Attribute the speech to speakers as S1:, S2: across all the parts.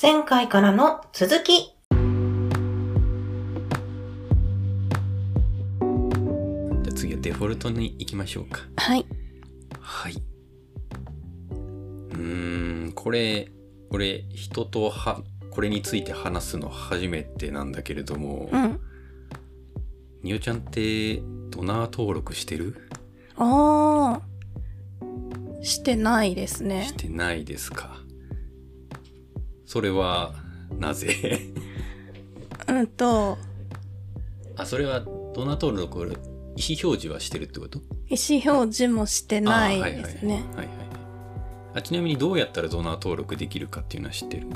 S1: 前回からの続き。
S2: じゃあ次はデフォルトに行きましょうか。
S3: はい。
S2: はい。うーん、これ、これ、人とは、これについて話すの初めてなんだけれども、
S3: うん。
S2: におちゃんって、ドナー登録してる
S3: ああ。してないですね
S2: し。てないですか。それは、な ぜ
S3: うんと、
S2: あ、それは、ドナー登録、意思表示はしてるってこと
S3: 意思表示もしてないですね。
S2: あーはいはいはいはいあちなみにどうやったらドナー登録できるかっていうのは知ってる、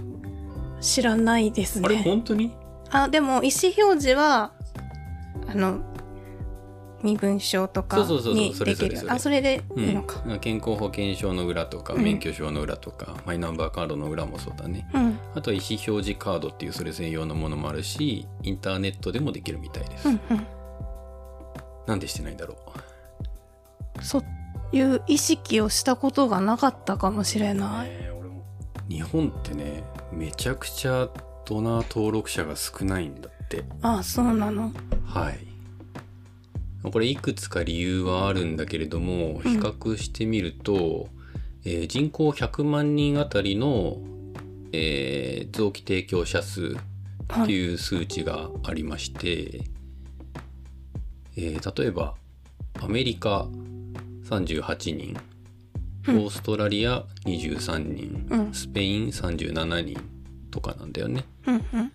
S3: 知らないです
S2: あれ
S3: ね。
S2: 本当に
S3: あでも意思表示は、あの、身分証とか
S2: そうそうそうそう
S3: に
S2: そ
S3: で
S2: れそ
S3: き
S2: れ
S3: る
S2: そ。れ
S3: あ、それで
S2: う
S3: いいの
S2: ん
S3: か。、
S2: 健康保険証の裏とか
S3: うん
S2: 免許証の裏とか、マイナンバーカードの裏もそうだね
S3: うん。
S2: あとは意思表示カードっていうそれ専用のものもあるしインターネットでもできるみたいです、
S3: うん。うん。
S2: なんでしてないんだろ
S3: そういう意識をしたことがなかったかもしれ
S2: う、
S3: ない。
S2: えー俺も日本ってねめちゃくちゃドナー登録者が少ないんだって
S3: あ、そうなの。
S2: はいこれいくつか理由はあるんだけれど
S3: う
S2: も
S3: ん
S2: 比較してみると、えー人口100万人あたりの、えー臓器提供者数っ
S3: は
S2: て
S3: い。
S2: いう数値がありまして、えー例えばアメリカ38人オ
S3: うん
S2: ーストラリア23人、
S3: うん
S2: スペイン37人とかなんだよね。
S3: うん。うん。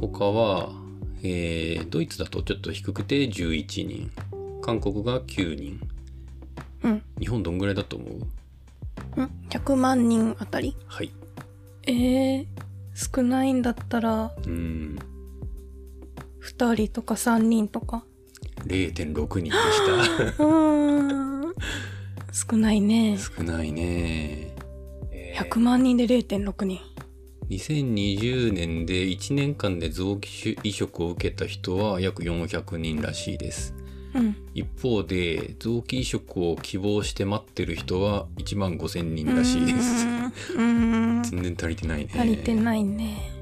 S2: 他は、えードイツだとちょっと低くて11人韓国が9人
S3: うん。
S2: 日本どんぐらいだと思う
S3: うん。100万人あたり
S2: はい
S3: ええ少ないんだったら、
S2: うーん
S3: 二人とか三人とか。
S2: 0.6人でし た。
S3: うーん。少ないね。
S2: 少ないね。
S3: 100万人で0.6人。
S2: 2020年で1年間で臓器移植を受けた人は約400人らしいです
S3: うん。
S2: 一方で臓器移植を希望して待ってる人は1万5000人らしいです
S3: うーん。うーん
S2: 全然足りてないね
S3: 足りてないね。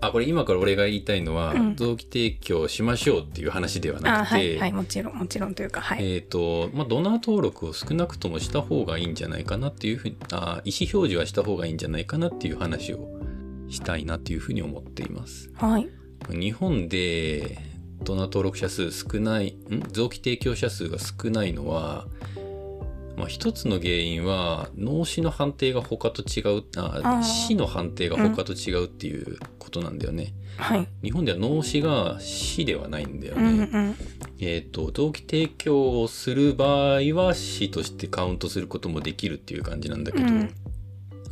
S2: あこれ今から俺が言いたいのは、
S3: うん
S2: 臓器提供しましょうっていう話ではな
S3: あ、
S2: くて
S3: はい、はい、もちろん、もちろんというか、はい。
S2: えーとまあ、ドナー登録を少なくともした方がいいんじゃないかなっていうふうにあ意思表示はした方がいいんじゃないかなっていう話をしたいなっていうふうに思っています
S3: はい。
S2: 日本でドナー登録者数少ないん臓器提供者数が少ないのは、まあ、一つの原因は脳死の判定が他と違うあ
S3: あー
S2: 死の判定が他と違うっていうことなんだよね、
S3: はい。
S2: 日本では脳死が死ではないんだよ
S3: う
S2: ね、
S3: んうん。
S2: えっ、と、臓器提供をする場合は死としてカウントすることもできるっていう感じなんだけど、
S3: うん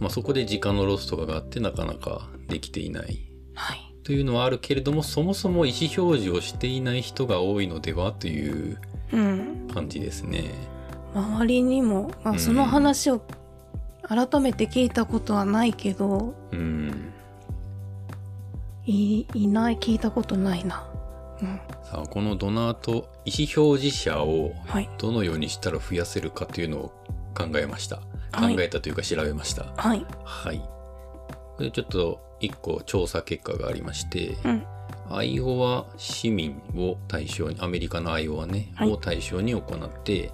S2: まあ、そこで時間のロスとかがあってなかなかできていない
S3: はい。
S2: というのはあるけれども、そもそも意思表示をしていない人が多いのではという
S3: うん。
S2: 感じですね。
S3: 周りにも、ま
S2: うん
S3: あ、その話を改めて聞いたことはないけど、
S2: うん。
S3: い、いない、聞いたことないな。うん。
S2: さあ、このドナーと意思表示者を
S3: はい。
S2: どのようにしたら増やせるかというのを考えました。考
S3: はい
S2: えたというか調べました。
S3: はい。
S2: はい。これちょっと1個調査結果がありまして、
S3: うん
S2: アイオワ市民を対象に、アメリカのアイオワね、
S3: はい
S2: を対象に行って、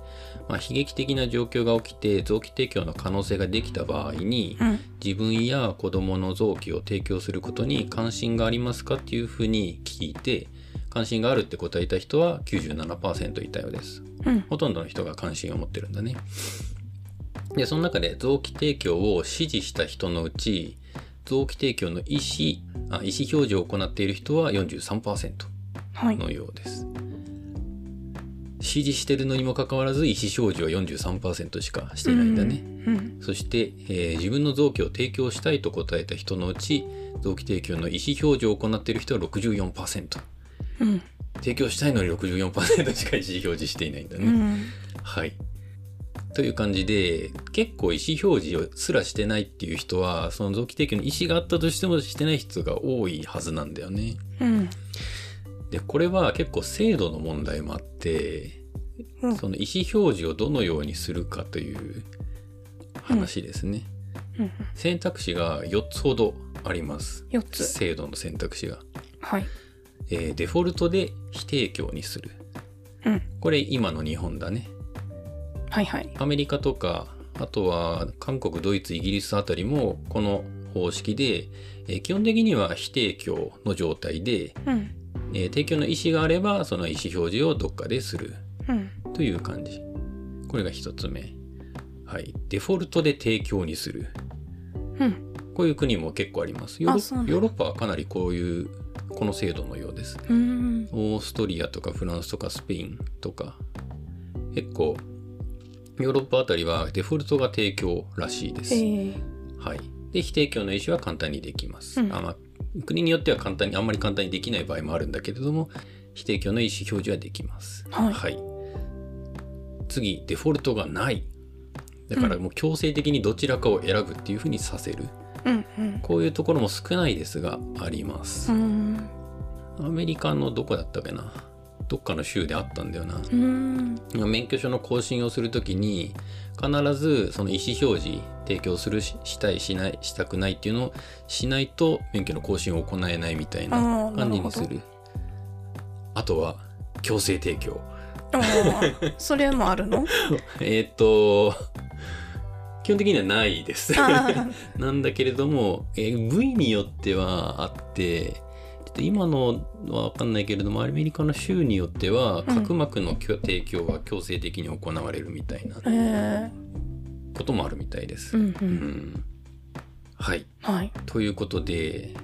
S2: まあ、悲劇的な状況が起きて臓器提供の可能性ができた場合に、
S3: うん。
S2: 自分や子供の臓器を提供することに関心がありますかっていうふうに聞いて、関心があるって答えた人は97%いたようです。
S3: うん。
S2: ほとんどの人が関心を持ってるんだね。で、その中で臓器提供を支持した人のうち、臓器提供の意思、あ意思表示を行っている人は43%
S3: はい。
S2: のようです。支持してるのにもかかわらず意思表示は43%しかしてないんだね。
S3: うん。
S2: そして、えー自分の臓器を提供したいと答えた人のうち、臓器提供の意思表示を行っている人は64%。
S3: うん。
S2: 提供したいのに64%しか意思表示していないんだ
S3: う
S2: ね。
S3: ん。
S2: はい。という感じで、結構意思表示をすらしてないっていう人は、その臓器提供に意思があったとしてもしてない人が多いはずなんだよね。
S3: うん。
S2: で、これは結構制度の問題もあって、
S3: うん
S2: その意思表示をどのようにするかという話ですね。
S3: うん
S2: 選択肢が4つほどあります。
S3: 4つ。
S2: 制度の選択肢が。
S3: はい。
S2: えーデフォルトで非提供にする。
S3: うん。
S2: これ今の日本だね。
S3: はいはい。
S2: アメリカとか、あとは韓国、ドイツ、イギリスあたりもこの方式で、えー基本的には非提供の状態で、
S3: うん。
S2: えー提供の意思があればその意思表示をどっかでする
S3: うん。
S2: という感じ。これが一つ目。はい。デフォルトで提供にする。
S3: うん。
S2: こういう国も結構あります。ヨー
S3: あそうな
S2: ロ
S3: んだ
S2: ヨーロッパはかなりこういう、この制度のようです。
S3: うーん。
S2: オーストリアとかフランスとかスペインとか、結構、ヨーロッパあたりはデフォルトが提供らしいで
S3: え
S2: す。
S3: ー、
S2: はい。で、非提供の意思は簡単にできます。
S3: うん
S2: あまあ国によっては簡単に、あんまり簡単にできない場合もあるんだけれども、非提供の意思表示はできます。
S3: はい
S2: 次、デフォルトがない。だからもう強制的にどちらかを選ぶっていうふうにさせる。
S3: うんうん。
S2: こういうところも少ないですが、あります
S3: うー。ん。
S2: アメリカのどこだったっけなどっかの州であったんだよな
S3: うーん。
S2: 免許証の更新をするときに必ずその意思表示提供するししたいしないしたくないっていうのをしないと免許の更新を行えないみたいな
S3: あー
S2: 感じにす
S3: な
S2: る
S3: るほ
S2: あとは強制提供
S3: あーそれもあるの
S2: えーっと 基本的にはないです
S3: あ
S2: なんだけれども、えー部位によってはあって、ちょっと今のはわかんないけれども、アメリカの州によっては、
S3: うん
S2: 角膜の供提供は強制的に行われるみたいな
S3: ーえ
S2: こともあるみたいで
S3: ー。う
S2: す。
S3: んう。
S2: うんんはい。
S3: はい。
S2: ということで、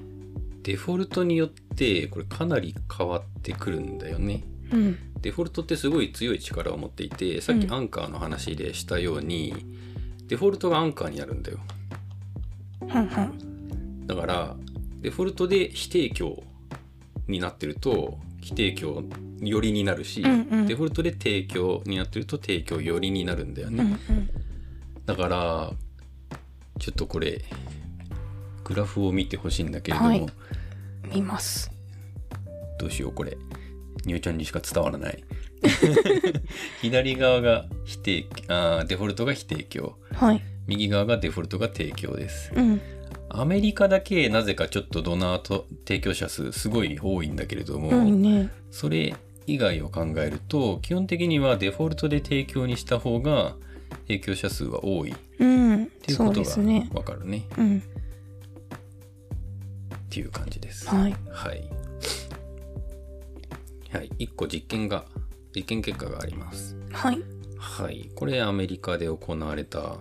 S2: デフォルトによって、これかなり変わってくるんだよね。
S3: うん。
S2: デフォルトってすごい強い力を持っていて、さっき
S3: うん
S2: アンカーの話でしたように、デフォルトがアンカーになるんだよ。
S3: うんうん。
S2: だからデフォルトで非提供になってると非提供寄りになるし、
S3: うんうん
S2: デフォルトで提供になってると提供寄りになるんだよ
S3: うんう
S2: ね、
S3: ん。
S2: だからちょっとこれグラフを見てほしいんだけれども、
S3: はい見ます。
S2: どうしようこれニューちゃんにしか伝わらない 左側が非提あーデフォルトが非提供
S3: はい。
S2: 右側がデフォルトが提供です
S3: うん。
S2: アメリカだけなぜかちょっとドナーと提供者数すごい多いんだけれども、
S3: 多いね。
S2: それ以外を考えると基本的にはデフォルトで提供にした方が提供者数は多いっ
S3: うん。
S2: ていう
S3: そ
S2: こ
S3: う
S2: と
S3: で
S2: が
S3: すね。
S2: わかるね
S3: うん。
S2: っていう感じです。
S3: はい。
S2: はい。はい、1個実験が実験結果があります。
S3: はい。
S2: はい、これアメリカで行われた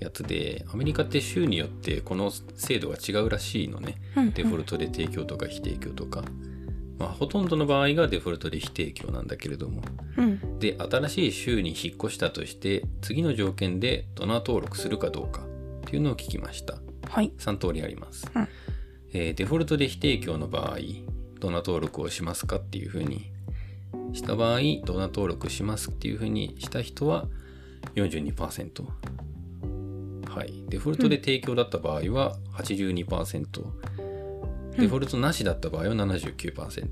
S2: やつでアメリカって州によってこの制度が違うらしいのね。
S3: うんうん
S2: デフォルトで提供とか非提供とか、まあ、ほとんどの場合がデフォルトで非提供なんだけれども
S3: うん。
S2: で新しい州に引っ越したとして次の条件でドナー登録するかどうかっていうのを聞きました
S3: はい。
S2: 3通りあります、
S3: うん
S2: えーデフォルトで非提供の場合ドナー登録をしますかっていうふうにした場合ドナー登録しますっていうふうにした人は42%はいデフォルトで提供だった場合は82%、デフォルトなしだった場合は79%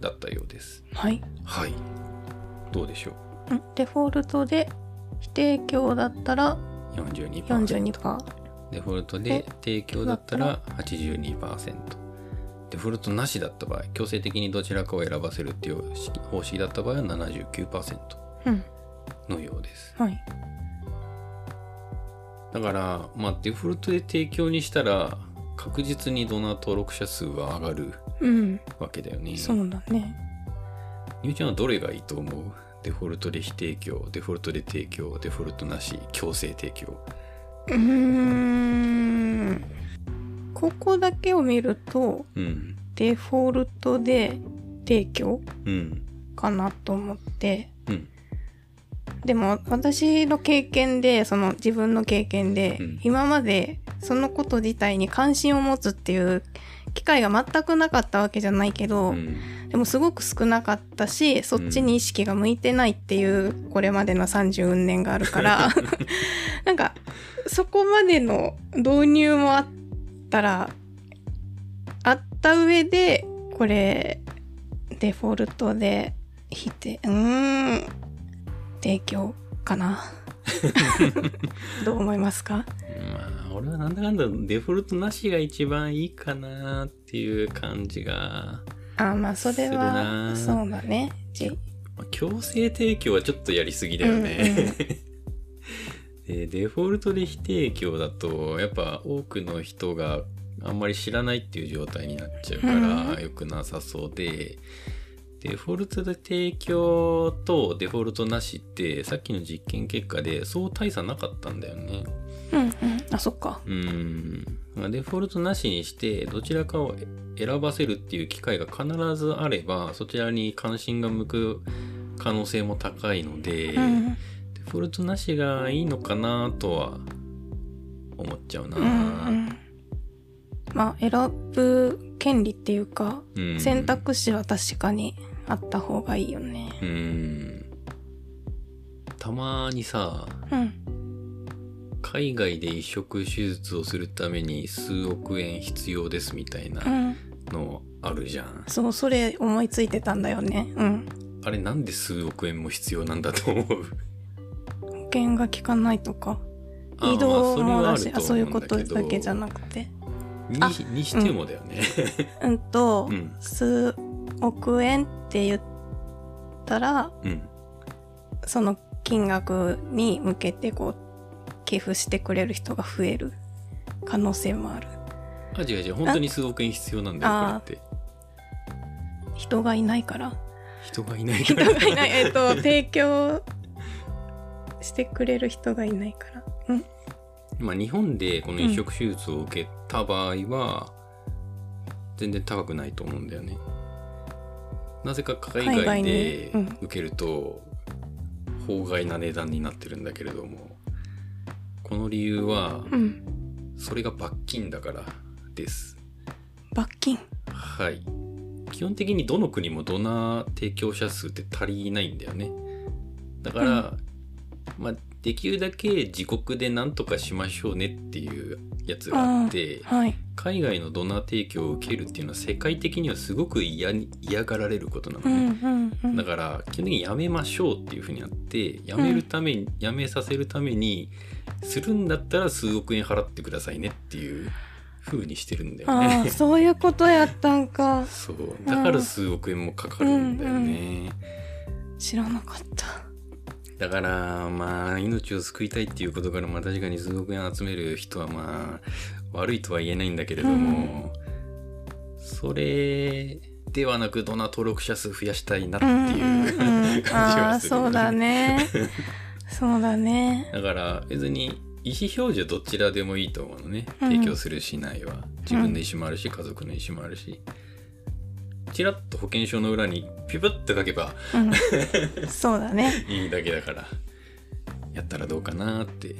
S2: だったようです。
S3: はい。
S2: はい。どうでしょう
S3: うんデフォルトで非提供だったら
S2: ?42%。
S3: 42%。
S2: デフォルトで提供だったら82%。デフォルトなしだった場合、強制的にどちらかを選ばせるっていう方式だった場合は79%
S3: うん。
S2: のようです。
S3: はい。
S2: だから、まあ、デフォルトで提供にしたら、確実にドナー登録者数は上がる
S3: うん。
S2: わけだよね。
S3: そうだね。
S2: ゆうちゃんはどれがいいと思うデフォルトで非提供、デフォルトで提供、デフォルトなし、強制提供。
S3: うーん。ここだけを見ると、
S2: うん。
S3: デフォルトで提供
S2: うん。
S3: かなと思って。
S2: うん。
S3: でも私の経験でその自分の経験で、
S2: うん
S3: 今までそのこと自体に関心を持つっていう機会が全くなかったわけじゃないけど、
S2: うん。
S3: でもすごく少なかったしそっちに意識が向いてないっていうこれまでの30年があるから なんかそこまでの導入もあったらあった上でこれデフォルトで引いてうーん 提供かなどう思いますか
S2: まあ、俺はなんだかんだデフォルトなしが一番いいかなっていう感じが、
S3: あまあそれは
S2: するな
S3: そうだねじ
S2: まあ強制提供はちょっとやりすぎだよね、 でデフォルトで非提供だとやっぱ多くの人があんまり知らないっていう状態になっちゃうか
S3: う
S2: ら良くなさそうで、デフォルトで提供とデフォルトなしってさっきの実験結果でそう大差なかったんだよね。
S3: うんうんあそっか
S2: うんまあデフォルトなしにしてどちらかを選ばせるっていう機会が必ずあればそちらに関心が向く可能性も高いので、
S3: うん
S2: デフォルトなしがいいのかなとは思っちゃうな、
S3: うんうんまあ選ぶ権利っていうか
S2: うん
S3: 選択肢は確かにあった方がいいよね
S2: うんたまにさ
S3: うん
S2: 海外で移植手術をするために数億円必要ですみたいうなんのあるじゃん、
S3: そうそれ思いついてたんだよねうん
S2: あれなんで数億円も必要なんだと思う
S3: 保険が効かないとか
S2: あ
S3: 移動もだしあ
S2: まあ
S3: そ
S2: そう
S3: い
S2: れ
S3: う
S2: は
S3: こ
S2: あると
S3: と
S2: 思うんだけど
S3: だけじゃなくて
S2: に
S3: あ
S2: にしてもだよね。
S3: うんと、
S2: うん。
S3: 数億円って言ったら
S2: うん。
S3: その金額に向けてこう寄付してくれる人が増える可能性もある
S2: あ、違う違う、本当に数億円必要なんだよ、
S3: あ
S2: これって。
S3: 人がいないから
S2: 人がいないか
S3: 人
S2: ら。
S3: がいないえっと提供してくれる人がいないからうん
S2: まあ、日本でこの移植手術を受けた場合は、全然高くないと思うんだよね。なぜか海
S3: 海
S2: 外
S3: 外に
S2: で
S3: うん
S2: 受けると、法外な値段になってるんだけれども、この理由は、
S3: うん
S2: それが罰金だからです。
S3: 罰金
S2: はい。基本的にどの国もドナー提供者数って足りないんだよね。だから、まあ、できるだけ自国で何とかしましょうねっていうやつがあって、
S3: はい
S2: 海外のドナー提供を受けるっていうのは世界的にはすごく嫌に嫌がられることなの
S3: うん
S2: ね。
S3: うんうん
S2: だから基本的にやめましょうっていうふうになってやめるために、やめさせるためにするんだったら数億円払ってくださいねっていうふうにしてるんだよね。
S3: ああそういうことやったんか
S2: そうだから数億円もかかるんだよね、
S3: 知らなかった
S2: だからまあ命を救いたいっていうことからまあ確かに数億円集める人はまあ悪いとは言えないんだけれども、それではなくドナー登録者数増やしたいなって
S3: うんうん
S2: いう、
S3: うん、
S2: 感じ
S3: あ
S2: は
S3: あ
S2: する
S3: そうだ ねそうだね
S2: だから別に意思表示はどちらでもいいと思うのね
S3: うん
S2: 提供するしないは自分の意思もあるし家族の意思もあるしちらっと保険証の裏にピュプッと書けば
S3: うん、そうだね
S2: いいだけだからやったらどうかなって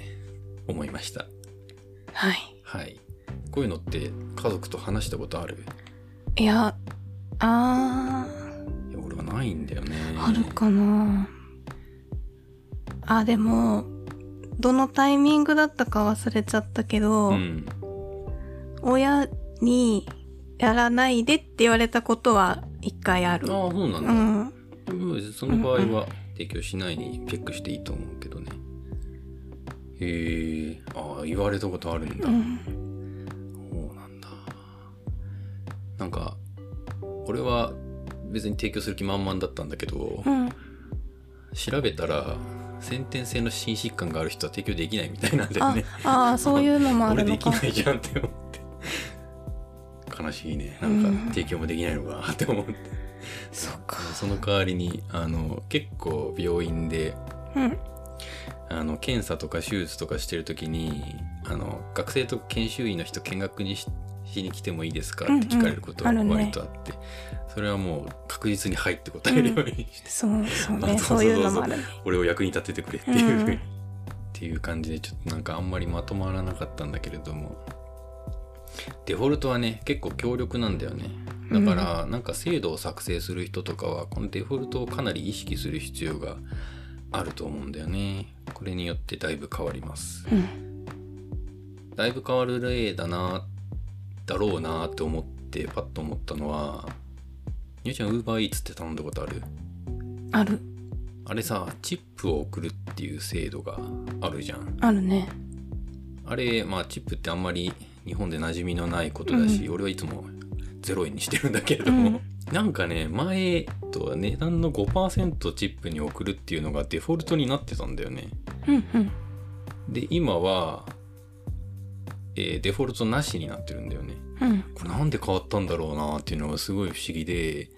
S2: 思いました
S3: はい
S2: はいこういうのって家族と話したことある
S3: いやあー
S2: いや俺はないんだよね
S3: あるかなあでもどのタイミングだったか忘れちゃったけど、
S2: うん
S3: 親にやらないでって言われたことは一回あ
S2: ああ
S3: る
S2: そうな
S3: うん
S2: だ、
S3: ん
S2: うん、その場合は提供しないにチェックしていいと思うけどねへえああ言われたことあるんだ、
S3: うん
S2: そうなんだなんか俺は別に提供する気満々だったんだけど、
S3: うん
S2: 調べたら先天性の心疾患がある人は提供できないみたいなんだよ
S3: あ
S2: ね
S3: あーそういうのもあ る
S2: 俺で
S3: の
S2: き
S3: か
S2: ないじゃんって思って悲しいねなん
S3: うん
S2: か提供もできないのか って思って
S3: そっか
S2: その代わりにあの結構病院で
S3: うん
S2: あの検査とか手術とかしてる時にあの学生と研修医の人見学にししに来てもいいですかって聞かれることが
S3: うんうんあるね
S2: 割とあって、それはもう確実に「はい」って答えるようにして、
S3: そうそう
S2: まあどう
S3: ね
S2: ぞ
S3: そういうのもあるね
S2: 俺を役に立ててくれっていうふうに、
S3: うん
S2: っていう感じでちょっとなんかあんまりまとまらなかったんだけれどもデフォルトはね結構強力なんだよねだからなんか制度を作成する人とかはこのデフォルトをかなり意識する必要があると思うんだよねこれによってだいぶ変わります
S3: うん
S2: だいぶ変わる例だなだろうなって思ってパッと思ったのはゆうちゃんウーバーイーツって頼んだことある
S3: ある
S2: あれさチップを送るっていう制度があるじゃん
S3: あるね
S2: あれ、まあ、チップってあんまり日本で馴染みのないことだし、
S3: う
S2: 俺はいつも0円にしてるんだけれ
S3: う
S2: ども、
S3: ん
S2: なんかね、前とは値段の5%チップに送るっていうのがデフォルトになってたんだよね。
S3: うんうん
S2: で、今は、えーデフォルトなしになってるんだよね。
S3: うん
S2: これなんで変わったんだろうなっていうのがすごい不思議で、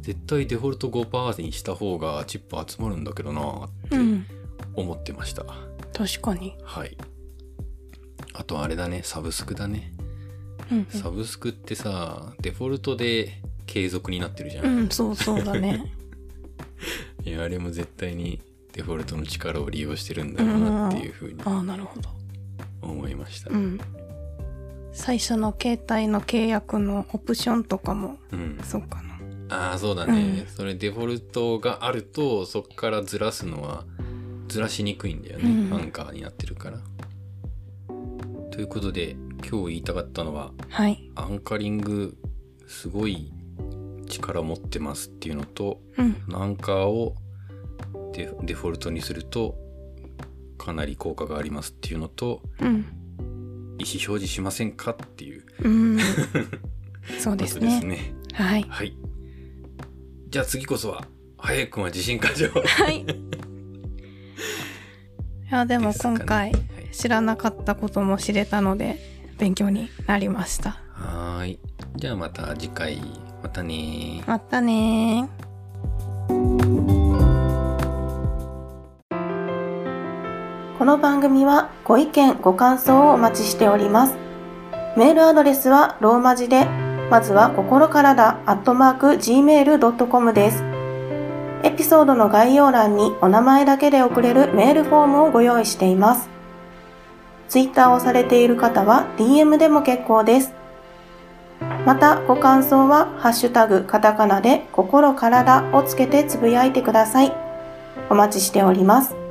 S2: 絶対デフォルト5%にした方がチップ集まるんだけどなって
S3: うん
S2: 思ってました。
S3: 確かに、
S2: はい。あとあれだね、サブスクだね。
S3: うん
S2: サブスクってさ、デフォルトで継続になってるじゃ
S3: うん、うん、そうそうだね
S2: いやあれも絶対にデフォルトの力を利用してるんだろうなっていうふうに
S3: ああなるほど
S2: 思いました
S3: う。ん最初の携帯の契約のオプションとかも
S2: うん、
S3: そうかな
S2: ああそうだね、
S3: うん
S2: それデフォルトがあるとそこからずらすのはずらしにくいんだよね、
S3: うん
S2: アンカーになってるから。ということで今日言いたかったのは
S3: はい
S2: アンカリングすごい力持ってますっていうのと
S3: うん
S2: アンカーをデフデフォルトにするとかなり効果がありますっていうのと
S3: うん
S2: 意思表示しませんかっていう
S3: うん そう
S2: こ
S3: で
S2: と
S3: す
S2: で
S3: ね
S2: すね。
S3: はい
S2: はい。じゃあ次こそは、早くは自信過剰。
S3: はいいやでも
S2: すかね
S3: 今回
S2: はい
S3: 知らなかったことも知れたので勉強になりました
S2: はーい。じゃあまた次回、またねー。
S3: またねー
S1: この番組はご意見、ご感想をお待ちしております。メールアドレスはローマ字で、まずは心からだ、アットマーク、gmail.com です。エピソードの概要欄にお名前だけで送れるメールフォームをご用意しています。ツイッターをされている方は DM でも結構です。また、ご感想は、ハッシュタグ、カタカナで、心からだをつけてつぶやいてください。お待ちしております。